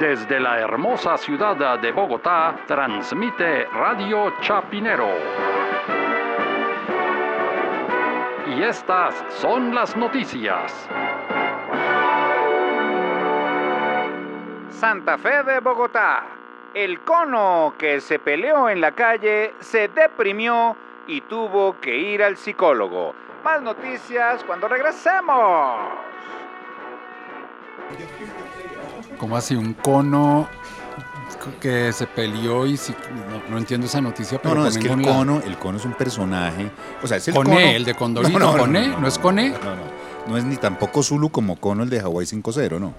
Desde la hermosa ciudad de Bogotá, transmite Radio Chapinero. Y estas son las noticias. Santa Fe de Bogotá. El cono que se peleó en la calle se deprimió y tuvo que ir al psicólogo. Más noticias cuando regresemos. ¿Cómo así un cono que se peleó y si- no, no entiendo esa noticia, No, pero no, es ponen que el con la- cono, el cono es un personaje. O sea, es el Coné, cono. el de Condorito, Coné, ¿no es Coné? No, no, no es ni tampoco Zulu como cono el de Hawái 5.0, no.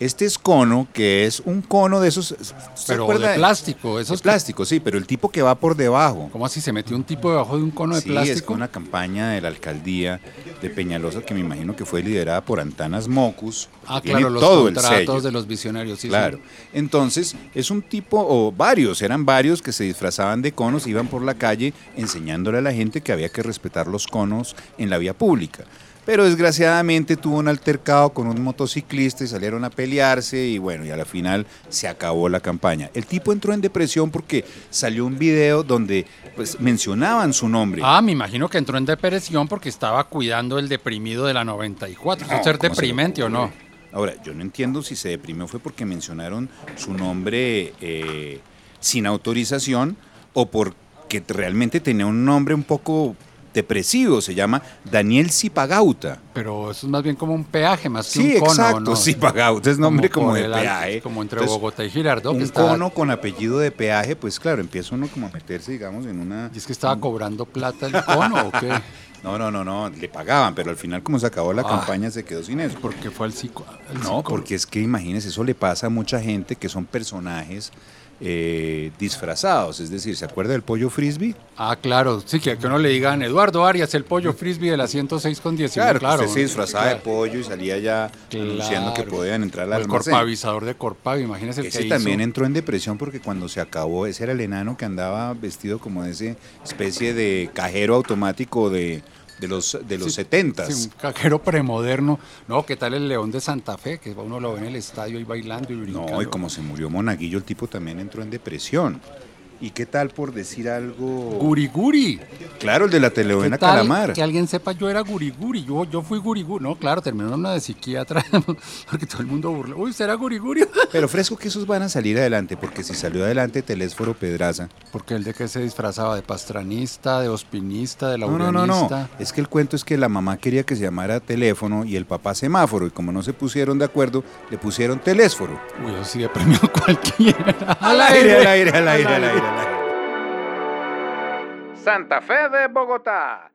Este es cono, que es un cono de esos. ¿se pero acuerda? de plástico, esos Es plástico, sí, pero el tipo que va por debajo. ¿Cómo así se metió un tipo debajo de un cono de sí, es plástico? con una campaña de la alcaldía de Peñalosa que me imagino que fue liderada por Antanas Mocus. Ah, Tiene claro, los todo el sello. contratos de los visionarios, sí, Claro. sí. Entonces, es un tipo, o varios, eran varios que se disfrazaban de conos, iban por la calle enseñándole a la gente que había que respetar los conos en la vía pública. Pero desgraciadamente tuvo un altercado con un motociclista y salieron a pelearse y bueno, y a la final se acabó la campaña. El tipo entró en depresión porque salió un video donde pues, mencionaban su nombre. Ah, me imagino que entró en depresión porque estaba cuidando el deprimido de la 94. ¿Eso No, es ser ¿cómo se le deprimente o no? ocurre? Ahora, yo no entiendo si se deprimió fue porque mencionaron su nombre eh, sin autorización o porque t- realmente tenía un nombre un poco depresivo, se llama Daniel Zipagauta. Pero eso es más bien como un peaje, más Sí, que un cono. exacto, ¿no? Zipagauta es nombre como, por de el al- peaje. Como entre Entonces, Bogotá y Girardot. que un estaba- cono con apellido de peaje, pues claro, empieza uno como a meterse, digamos, en una... ¿Y es que estaba cobrando plata el cono o qué? No, no, no, no, le pagaban, pero al final como se acabó la Ah. campaña se quedó sin eso. Porque fue al psico. al No, psico- porque es que imagínense, eso le pasa a mucha gente que son personajes eh, disfrazados. Es decir, ¿se acuerda del pollo frisbee? Ah, claro. Sí, que, que uno le digan Eduardo Arias, el pollo frisbee de la 106 con 19. Claro, que usted se disfrazaba de pollo y salía ya Claro. anunciando que podían entrar al O El almacén. corpavisador de Corpavi, imagínese el Ese que también hizo. entró en depresión porque cuando se acabó, ese era el enano que andaba vestido como de esa especie de cajero automático de, de los de los Sí, setentas. Sí, un cajero premoderno. No, ¿qué tal el León de Santa Fe? Que uno lo ve en el estadio ahí bailando y brincando. No, y como se murió Monaguillo, el tipo también entró en depresión. ¿Y qué tal por decir algo? Guriguri. Claro, el de la ¿Qué telenovela tal Calamar. Que alguien sepa, yo era guriguri, yo, yo fui guriguri. No, claro, terminó en una de psiquiatra, porque todo el mundo burla. Uy, ¿será guriguri? Pero fresco que esos van a salir adelante, porque si salió adelante Telésforo Pedraza. Porque el de que se disfrazaba de pastranista, de ospinista, de No, no, no, no. laureanista. Es que el cuento es que la mamá quería que se llamara teléfono y el papá semáforo, y como no se pusieron de acuerdo, le pusieron telésforo. Uy, yo sí deprimió cualquiera. ¡Al al aire, al aire, al aire. al aire. Santa Fe de Bogotá.